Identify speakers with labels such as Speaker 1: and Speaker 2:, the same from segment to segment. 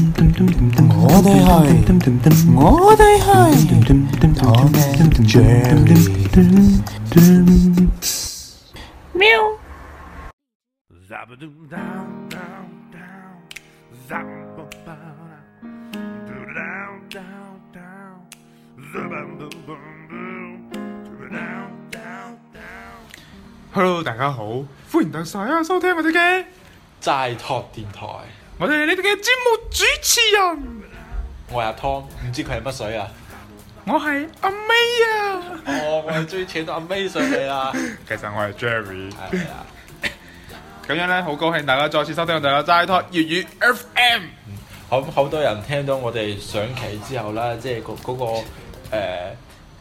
Speaker 1: 我哋係，我哋係，喵。
Speaker 2: Zabadoom down, down, down. Zabba-ba-da. Doo-da-down, down, down. Zabba-boom-boom-boom. Doo-da-down, down, down.
Speaker 3: Hello，大家好，歡迎大家收聽我哋嘅，
Speaker 4: 齋托電台，
Speaker 3: 我哋係你哋嘅節目主持人，
Speaker 4: 我係阿湯，唔知佢係乜水啊？
Speaker 3: 我係阿 May 啊，
Speaker 4: 哦，我係終於請到阿 May 上嚟啦，
Speaker 3: 其實我係 Jerry，
Speaker 4: 係啊，
Speaker 3: 咁樣咧好高興大家再次收聽我哋嘅齋 talk 粵語 FM，
Speaker 4: 咁好多人聽到我哋上期之後啦，即係嗰嗰個誒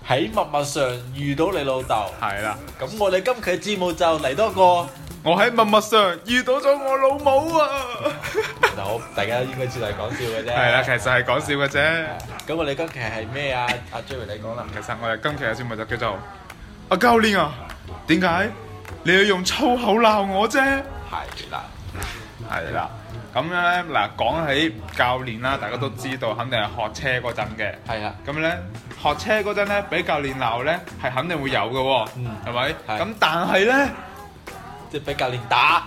Speaker 4: 喺陌陌上遇到你老豆，
Speaker 3: 係啦，
Speaker 4: 咁我哋今期節目就嚟多個。
Speaker 3: 我喺陌陌上遇到咗我老母啊，
Speaker 4: 嗱，我大家應該知道係講笑嘅啫。
Speaker 3: 係啦，其實係講笑嘅啫，
Speaker 4: 咁我哋今期係咩啊？阿 Jerry 你講啦。
Speaker 3: 其實我哋今期嘅節目就叫做阿教練啊，點解你要用粗口鬧我啫？
Speaker 4: 係啦，
Speaker 3: 係啦，咁樣咧嗱，講起教練啦，大家都知道，肯定係學車嗰陣嘅。
Speaker 4: 係啊，
Speaker 3: 咁咧學車嗰陣咧，俾教練鬧咧係肯定會有嘅喎、
Speaker 4: 嗯
Speaker 3: 係咪？
Speaker 4: 係
Speaker 3: 咁但係 咧，
Speaker 4: 即係俾教練打。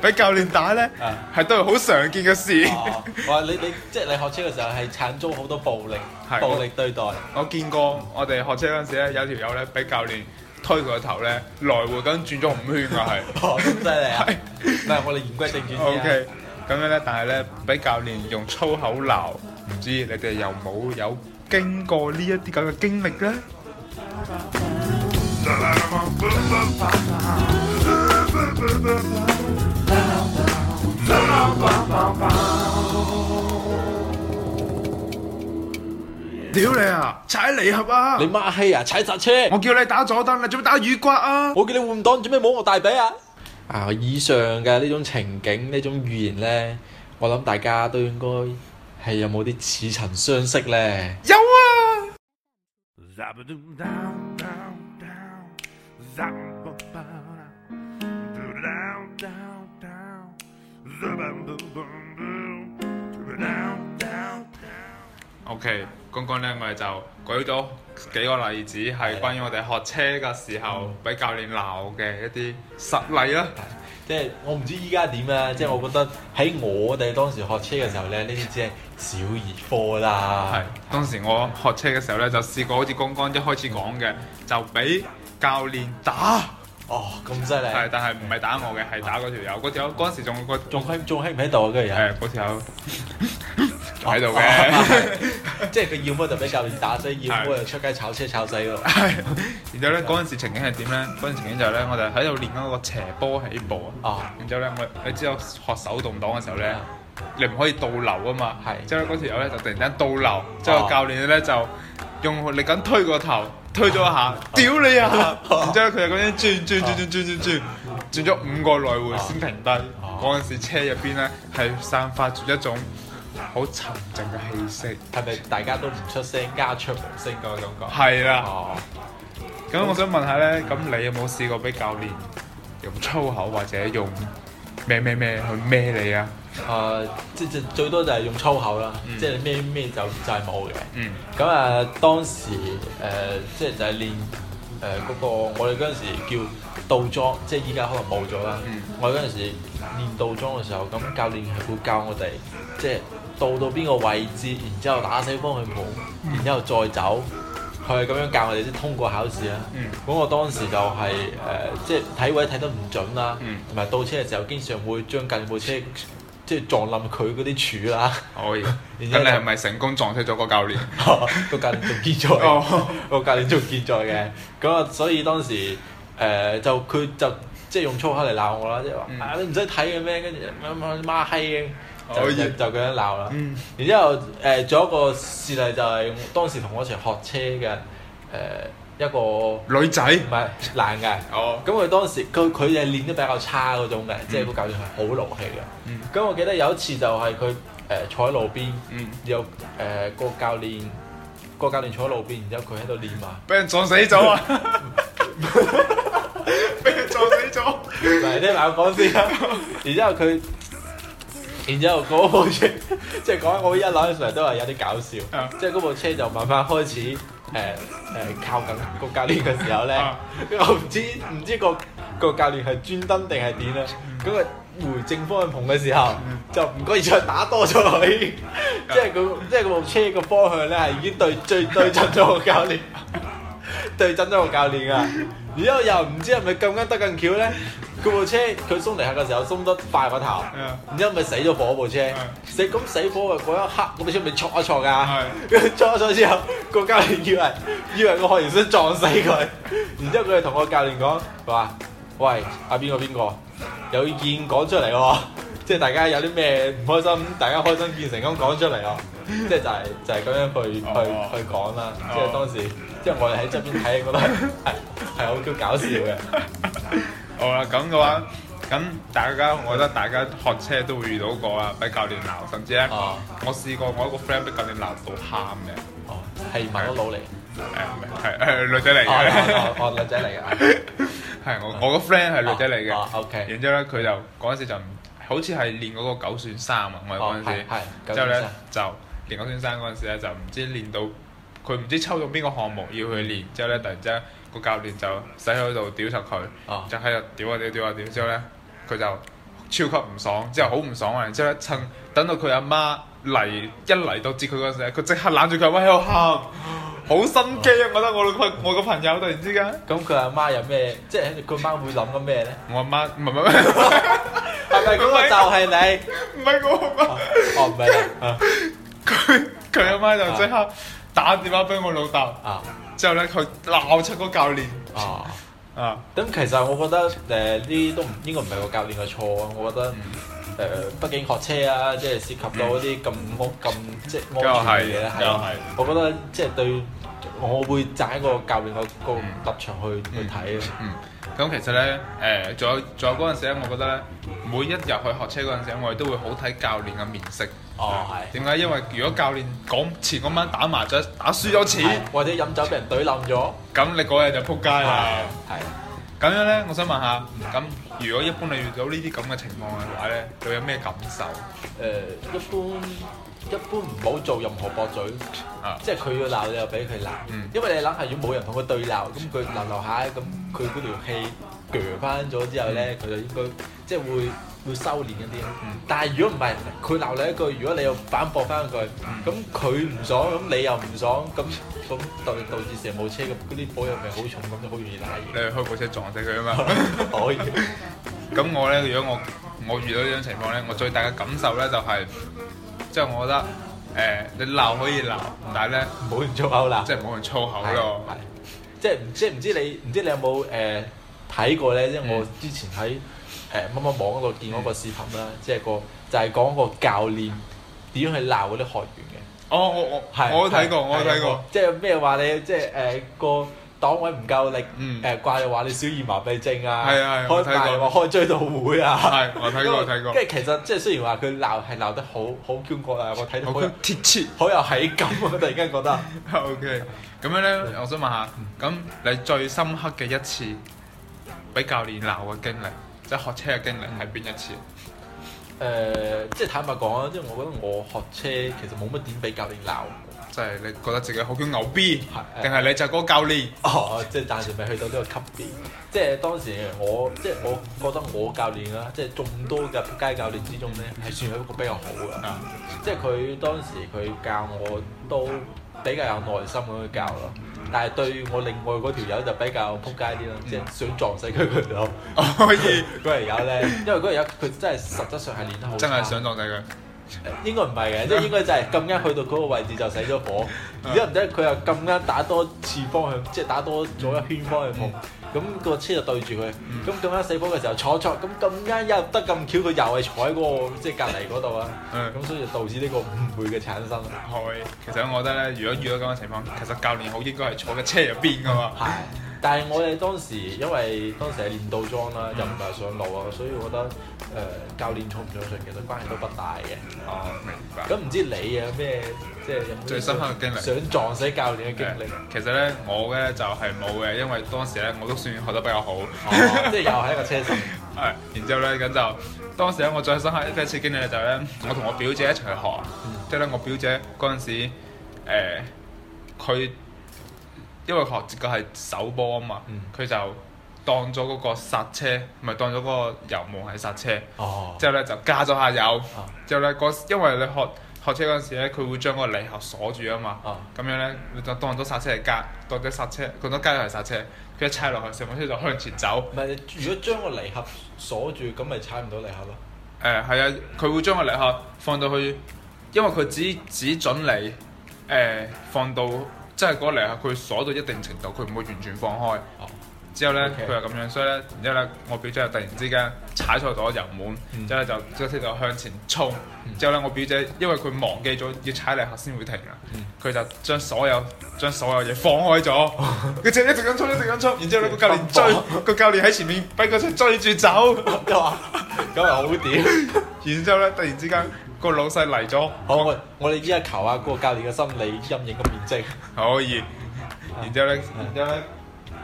Speaker 3: 俾教練打咧
Speaker 4: 啊
Speaker 3: 係都係好常見嘅事。
Speaker 4: 哦，哇！你你即係你學車嘅時候係產遭好多暴力
Speaker 3: 係，
Speaker 4: 暴力對待。
Speaker 3: 我見過我哋學車嗰陣時咧，有條友咧俾教練推佢個頭咧，來回咁轉咗五圈啊，係。
Speaker 4: 哦，咁犀利啊！
Speaker 3: 係
Speaker 4: 唔係，我哋言歸正傳先啊
Speaker 3: O K，咁樣咧，但係咧，俾教練用粗口鬧，唔知你哋有冇有經過呢一啲咁嘅經歷咧？屌你啊！踩離合啊！
Speaker 4: 你孖閪啊！踩剎車！
Speaker 3: 我叫你打左燈，你做咩打雨刮啊？
Speaker 4: 我叫你換檔，做咩摸我大髀啊？啊！以上嘅呢種情景、呢種語言咧，我諗大家都應該係有冇啲似曾相識咧？
Speaker 3: 有啊！
Speaker 2: Zabadoom down, down, down. Zabba-ba-da. Doo-da-down, down, down. Zabba-boom-boom-boom. Doo-da-down, down, down.
Speaker 3: OK，剛剛咧我哋就舉咗幾個例子，係關於我哋學車嘅時候俾教練鬧嘅一啲實例啦。
Speaker 4: 即係我唔知依家點啊！即係我覺得喺我哋當時學車嘅時候咧，呢啲只係小兒科
Speaker 3: 係
Speaker 4: 啦。
Speaker 3: 當時我學車嘅時候咧，就試過好似剛剛一開始講嘅，就俾教練打，
Speaker 4: 哦，咁犀利！
Speaker 3: 係但係唔係打我嘅，係打嗰條友。嗰條友嗰陣時仲有個
Speaker 4: 仲喺仲喺唔喺度啊？嗰個人。
Speaker 3: 誒嗰條友仲喺度嘅。
Speaker 4: 即係佢要麼就俾教練打死，要麼就出街炒車炒死咯。
Speaker 3: 係，然之後咧嗰陣時情景係點咧？嗰陣情景就係咧，我哋喺度練嗰個斜坡起步啊。
Speaker 4: 啊，
Speaker 3: 然之後咧，我你知我學手動擋嘅時候咧，你唔可以倒流啊嘛。
Speaker 4: 係
Speaker 3: 之後咧，嗰條友咧就突然間倒流，之後
Speaker 4: 哦
Speaker 3: 教練咧就用力咁推個頭，推咗一下，屌你啊！然之後佢就咁樣轉轉轉轉轉轉轉，轉咗五個來回先停低。
Speaker 4: 哦
Speaker 3: 嗰陣時車入邊咧係散發住一種好沉靜嘅氣息。
Speaker 4: 係咪大家都唔出聲，加出無聲嗰個感覺？
Speaker 3: 係啦，
Speaker 4: 哦，
Speaker 3: 咁我想問下咧，咁你有冇試過俾教練用粗口或者用咩咩咩去孭你啊？
Speaker 4: 誒，呃即係最多就係用粗口啦，即係咩咩就就係冇嘅。
Speaker 3: 嗯，
Speaker 4: 咁啊，當時誒即係就係練誒嗰個，我哋嗰陣時叫倒裝，即係依家可能冇咗啦
Speaker 3: 嗯。
Speaker 4: 我哋嗰陣時練倒裝嘅時候，咁教練係會教我哋，即係到到邊個位置，然之後打死方向盤，
Speaker 3: 嗯
Speaker 4: 然之後再走。佢係咁樣教我哋先通過考試啦。
Speaker 3: 嗯
Speaker 4: 咁我當時就係、誒，即係睇位睇得唔準啦
Speaker 3: 嗯，
Speaker 4: 同埋倒車嘅時候經常會將近部車即係撞冧佢嗰啲柱啦。
Speaker 3: 可以。咁你
Speaker 4: 然之後就
Speaker 3: 係咪成功撞死咗個教練？
Speaker 4: 哦個教練仲健在
Speaker 3: 哦，
Speaker 4: 個教練仲健在嘅。咁啊，所以當時誒、呃就佢就即係用粗口嚟鬧我啦，即係
Speaker 3: 嗯
Speaker 4: 話啊你唔使睇嘅咩，跟住乜乜媽啊閪嘅，
Speaker 3: 可
Speaker 4: 就
Speaker 3: 以
Speaker 4: 就就咁樣鬧啦。
Speaker 3: 嗯
Speaker 4: 然之後誒，仲有一個事例就係當時同我一齊學車嘅誒、呃一個唔
Speaker 3: 女 仔。
Speaker 4: 係男嘅。
Speaker 3: 哦。
Speaker 4: 咁佢當時佢佢係練得比較差嗰種嘅，即係個教練係好勞氣
Speaker 3: 嗯
Speaker 4: 嘅。咁我記得有一次就係佢誒坐喺路邊
Speaker 3: 嗯，
Speaker 4: 有誒個教練個教練坐喺路邊，然之後佢喺度練嘛，
Speaker 3: 俾人撞死咗啊！
Speaker 4: 係聽埋我講先啦。然之後佢，然之後嗰部車，即係講我一諗嘅時候都係有啲搞笑
Speaker 3: 啊。
Speaker 4: 即係嗰部車就慢慢開始誒誒、靠近個教練嘅時候咧
Speaker 3: 啊，
Speaker 4: 我唔知唔知個個教練係專登定係點啦。咁佢回正方向盤嘅時候，就唔該再打多咗佢，即係佢即係嗰部車個方向咧係已經對最對準咗個教練。對真咗個教練啊！然之後又唔知係咪咁啱得咁巧咧，佢部車佢鬆離合嘅時候鬆得快過頭，然之後咪死咗火部車，死咁死火嘅嗰一刻，嗰部車咪挫一挫㗎， 挫一挫之後，個教練以為以為個學員想撞死佢，然之後佢就同個教練講，佢話：喂，阿邊個邊個有意見講出嚟喎，即係大家有啲咩唔開心，大家開心見誠咁講出嚟喎，即係就係就係咁樣去去
Speaker 3: 哦。
Speaker 4: 去講啦，即係當時，即係我哋喺側邊睇，覺得係係好叫搞笑嘅。
Speaker 3: 好啦，咁嘅話，咁大家，我覺得大家學車都會遇到過啊，俾教練鬧，甚至咧，
Speaker 4: 哦
Speaker 3: 我試過我一個 friend 俾教練鬧到喊嘅，
Speaker 4: 哦，係麻甩佬
Speaker 3: 誒
Speaker 4: 嚟，
Speaker 3: 係誒女仔嚟
Speaker 4: 哦
Speaker 3: 嘅，
Speaker 4: 哦哦，女仔嚟嘅，
Speaker 3: 係我我個 friend 係女仔嚟嘅
Speaker 4: 哦哦，OK
Speaker 3: 然之後咧佢就嗰陣時就唔好似係練嗰個九算三啊，我哋嗰陣時
Speaker 4: 哦係係，九
Speaker 3: 之後
Speaker 4: 算
Speaker 3: 咧就練九算三嗰陣時咧就唔知練到佢唔知抽中邊個項目要去練，之後咧突然之間個教練就使喺度屌柒
Speaker 4: 哦
Speaker 3: 佢，就喺度屌啊屌屌啊屌，之後咧佢就超級唔爽，之後好唔爽啊，然之後咧趁等到佢阿媽嚟一嚟到接佢嗰陣時咧，佢即刻攬住佢阿媽喺度喊，好心機啊！我覺得我個我個朋友突然之間。
Speaker 4: 咁佢阿媽有咩？即係佢媽會諗 緊咩咧？
Speaker 3: 我阿媽唔係 唔係
Speaker 4: 係咪嗰個就係你？
Speaker 3: 唔係我阿媽，
Speaker 4: 哦，唔係你啊
Speaker 3: 佢佢阿媽就即刻打電話俾我老豆，
Speaker 4: 啊
Speaker 3: 之後咧佢鬧出個教練
Speaker 4: 啊！
Speaker 3: 啊，
Speaker 4: 咁其實我覺得誒呢啲都唔應該唔係個教練嘅錯啊，我覺
Speaker 3: 嗯
Speaker 4: 得。誒、畢竟學車啊，即係涉及到嗰啲咁安咁即係安全嘅嘢咧，
Speaker 3: 又係
Speaker 4: 啊
Speaker 3: 又係
Speaker 4: 我覺得即係對，我會站喺個教練個個
Speaker 3: 嗯
Speaker 4: 立場去、去睇嘅。
Speaker 3: 嗯，咁其實咧誒，仲有仲有嗰陣時咧，我覺得咧，每一日去學車嗰陣時咧，我哋都會好睇教練嘅面色。
Speaker 4: 哦係
Speaker 3: 點解？因為如果教練講前嗰晚打麻雀打輸咗錢，
Speaker 4: 或者飲酒俾人懟冧咗，
Speaker 3: 咁你嗰日就撲街啦。
Speaker 4: 係
Speaker 3: 咁樣咧，我想問下，咁如果一般你遇到呢啲咁嘅情況嘅話咧，你會有咩感受
Speaker 4: 誒一般一般唔好做任何駁嘴，
Speaker 3: 啊？
Speaker 4: 即係佢要鬧你就俾佢鬧，
Speaker 3: 嗯
Speaker 4: 因為你諗係如果冇人同佢對鬧，咁佢鬧鬧下，咁佢嗰條氣鋸翻咗之後咧，佢就應該即係會會收斂一啲。
Speaker 3: 嗯
Speaker 4: 但係如果唔係，佢鬧你一句，如果你又反駁翻佢，咁佢唔爽，咁你又唔爽，咁咁導導致成部車嘅嗰啲保有咪好重，咁就好容易
Speaker 3: 你
Speaker 4: 拉
Speaker 3: 去開部車撞死佢啊 嘛！
Speaker 4: 嘢。可以，
Speaker 3: 咁我咧，如果我我遇到呢種情況咧，我最大嘅感受咧就係、即係我覺得誒、你鬧可以鬧，但係咧
Speaker 4: 唔好用粗口鬧。
Speaker 3: 即係唔好用粗口
Speaker 4: 係
Speaker 3: 咯。
Speaker 4: 係即係唔即係唔知你唔知你有冇誒睇過咧？即係我
Speaker 3: 嗯
Speaker 4: 之前喺誒乜乜網嗰度見嗰個視頻啦，即係個就係講個教練點樣去鬧嗰啲學員嘅。
Speaker 3: 哦，我我
Speaker 4: 係
Speaker 3: 我都睇過，
Speaker 4: 係
Speaker 3: 我都睇
Speaker 4: 有個
Speaker 3: 過。
Speaker 4: 即係咩話你即係誒個檔位唔夠力，
Speaker 3: 嗯
Speaker 4: 誒怪又話你小兒麻痹症啊，
Speaker 3: 係啊係啊
Speaker 4: 開
Speaker 3: 我睇過
Speaker 4: 大又話開追悼會啊，
Speaker 3: 係我睇過
Speaker 4: 因為
Speaker 3: 睇過
Speaker 4: 跟住其實即係雖然話佢鬧係鬧得好好堅決啊，我睇到
Speaker 3: 我
Speaker 4: 好
Speaker 3: 佢
Speaker 4: 有
Speaker 3: 鐵切。
Speaker 4: 好有喜感啊！ 突然間覺得。
Speaker 3: OK，咁樣咧，我想問下，咁你最深刻嘅一次俾教練鬧嘅經歷，即係學車嘅經歷係邊一次？
Speaker 4: 誒、即係坦白講啊，即係我覺得我學車其實冇乜點俾教練鬧，
Speaker 3: 即係你覺得自己好叫牛逼
Speaker 4: 係，
Speaker 3: 定係你就係嗰個教練？
Speaker 4: 哦，即係暫時未去到呢個級別。即係當時我，即係我覺得我教練啦，即係眾多嘅仆街教練之中咧，係算係一個比較好嘅。
Speaker 3: 啊
Speaker 4: 即係佢當時佢教我都比較有耐心咁去教咯，但係對我另外嗰條友就比較仆街啲咯，
Speaker 3: 嗯
Speaker 4: 即係想撞死佢佢咯。
Speaker 3: 可以
Speaker 4: 嗰條友咧，因為嗰條友佢真係實質上係練得好差，
Speaker 3: 真係想撞死佢。
Speaker 4: 應該唔 係嘅，即係應該就係咁啱去到嗰個位置就死咗火，然之後唔知佢又咁啱打多次方向，即係打多咗一圈方向
Speaker 3: 嗯
Speaker 4: 盤，咁個車就對住佢，咁咁啱死火嘅時候坐一坐，咁咁啱又得咁巧佢又係坐喺嗰個即係隔離嗰度啊，
Speaker 3: 嗯
Speaker 4: 咁所以就導致呢個誤會嘅產生啦。
Speaker 3: 係，其實我覺得咧，如果遇到咁嘅情況，其實教練好應該係坐嘅車入邊噶嘛。
Speaker 4: 係，但係我哋當時因為當時係練到裝
Speaker 3: 嗯
Speaker 4: 啦，又唔係上路啊，所以我覺得誒、教練重唔重信其實關係都不大嘅。
Speaker 3: 哦，明白。
Speaker 4: 咁唔知你有咩即係有冇
Speaker 3: 最深刻嘅經歷
Speaker 4: 想撞死教練嘅經歷？
Speaker 3: 誒其實咧，我咧就係冇嘅，因為當時咧我都算學得比較好，
Speaker 4: 哦，即係又係一個車神。
Speaker 3: 係，然之後咧，咁就當時咧，我最深刻一次經歷咧就係咧，我同我表姐一齊去學，即係咧我表姐嗰陣時，誒佢因為學節嘅係手波啊嘛
Speaker 4: 嗯，
Speaker 3: 佢就當咗嗰個剎車，唔係當咗嗰個油門係剎車，
Speaker 4: 哦，
Speaker 3: 之後咧就加咗下油
Speaker 4: 啊，
Speaker 3: 之後咧嗰因為你學學車嗰陣時咧，佢會將個離合鎖住啊嘛
Speaker 4: 啊，
Speaker 3: 咁樣咧你就當咗剎車係加，當咗剎車，當咗加油係剎車，佢一踩落去，成部車就向前走。
Speaker 4: 唔係，如果將個離合鎖住，咁咪踩唔到離合咯。
Speaker 3: 誒係啊，佢會將個離合放到去，因為佢只只準你誒、放到，即係嗰個離合佢鎖到一定程度，佢唔會完全放開。
Speaker 4: 哦，
Speaker 3: 之後咧，
Speaker 4: OK
Speaker 3: 佢係咁樣，所以咧，然之後咧，我表姐就突然之間踩錯咗油門，
Speaker 4: 嗯
Speaker 3: 之後咧就即刻就向前衝。之後咧，我表姐因為佢忘記咗要踩離合先會停啊，
Speaker 4: 嗯
Speaker 3: 佢就將所有將所有嘢放開
Speaker 4: 哦
Speaker 3: 咗，佢就一直咁衝，一直咁衝。然之後咧，個教練追，個教練喺前面逼佢出追住走。
Speaker 4: 即係話咁咪好啲。
Speaker 3: 然之後咧，突然之間個老細嚟咗，
Speaker 4: 好，我我哋依家求下嗰個教練嘅心理陰影嘅面積。
Speaker 3: 可以。然之後咧，然之後咧，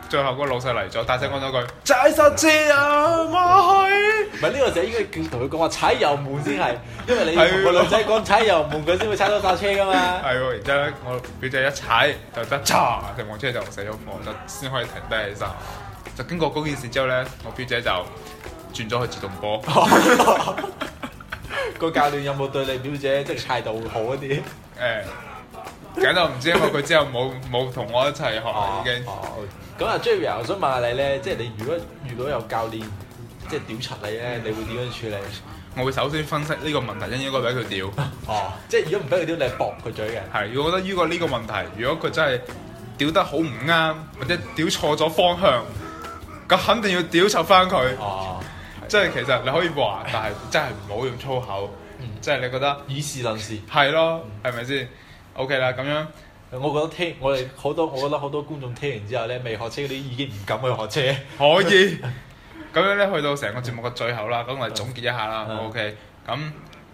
Speaker 3: 最後嗰個老細嚟咗，大聲講咗句：踩實車啊，馬去！
Speaker 4: 唔係呢個就應該叫同佢講話踩油門先係，因為你要同個女仔講踩油門，佢先會踩到剎車噶嘛。
Speaker 3: 係喎，然之後咧，我表姐一踩就得，嚓！成部車就死咗火，就先可以停低起身。就經過嗰件事之後咧，我表姐就轉咗去自動波。
Speaker 4: 個教練有冇對你表姐即係態度好一啲？
Speaker 3: 誒，梗就唔知，因為佢之後冇冇同我一齊學啦，已經。
Speaker 4: 哦，咁啊 j e r r y 我想問下你咧，即係你如果遇到有教練即係屌柒你咧，你會點樣處理？
Speaker 3: 我會首先分析呢個問題，應該俾佢屌。
Speaker 4: 哦，即係如果唔俾佢屌，你係駁佢嘴嘅。
Speaker 3: 係，我覺得呢個呢個問題，如果佢真係屌得好唔啱，或者屌錯咗方向，咁肯定要屌柒翻佢。
Speaker 4: 哦，
Speaker 3: 即係其實你可以話，但係真係唔好用粗口。即係你覺得
Speaker 4: 以事論事。
Speaker 3: 係咯，係咪先？OK 啦，咁樣
Speaker 4: 我覺得聽我哋好多，我覺得好多觀眾聽完之後咧，未學車嗰啲已經唔敢去學車。
Speaker 3: 可以。咁樣咧，去到成個節目嘅最後啦，咁我哋總結一下啦。
Speaker 4: 嗯
Speaker 3: OK，咁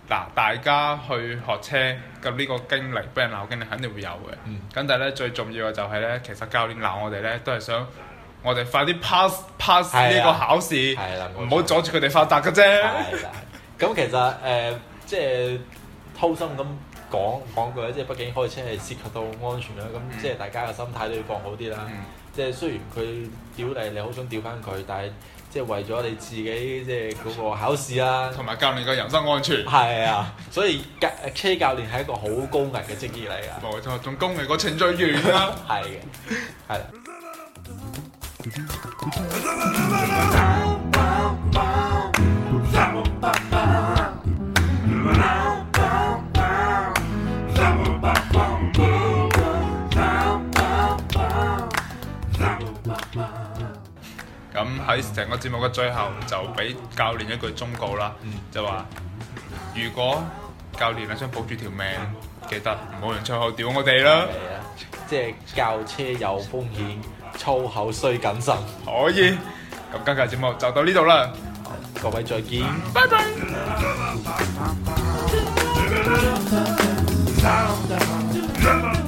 Speaker 3: 嗱，大家去學車咁呢個經歷，俾人鬧經歷肯定會有嘅。咁、
Speaker 4: 嗯
Speaker 3: 但係咧，最重要嘅就係咧，其實教練鬧我哋咧，都係想我哋快啲 pass pass
Speaker 4: 係
Speaker 3: 呢
Speaker 4: 啦
Speaker 3: 個考試
Speaker 4: 係啦，冇錯
Speaker 3: 唔好阻住佢哋發達嘅啫。
Speaker 4: 係啦， 咁其實誒、呃即係偷心咁講講句咧，即係畢竟開車係涉及到安全啦，咁、即係大家嘅心態都要放好啲啦。
Speaker 3: 嗯
Speaker 4: 即係雖然佢屌你，你好想屌翻佢，但係即係為咗你自己即係嗰個考試啦。
Speaker 3: 同埋教練嘅人身安全，
Speaker 4: 係啊，所以教車教練係一個好高危嘅職業嚟㗎。
Speaker 3: 冇錯，仲高危過程序員啊啦。
Speaker 4: 係嘅，係啦。
Speaker 3: 咁喺成個節目嘅最後就俾教練一句忠告啦，就話如果教練你想保住條命，記得唔好用粗口屌我哋啦。
Speaker 4: 係啊，即係教車有風險，粗口需謹慎。
Speaker 3: 可以，咁今日節目就到呢度啦，
Speaker 4: 各位再見。
Speaker 2: down, down, down.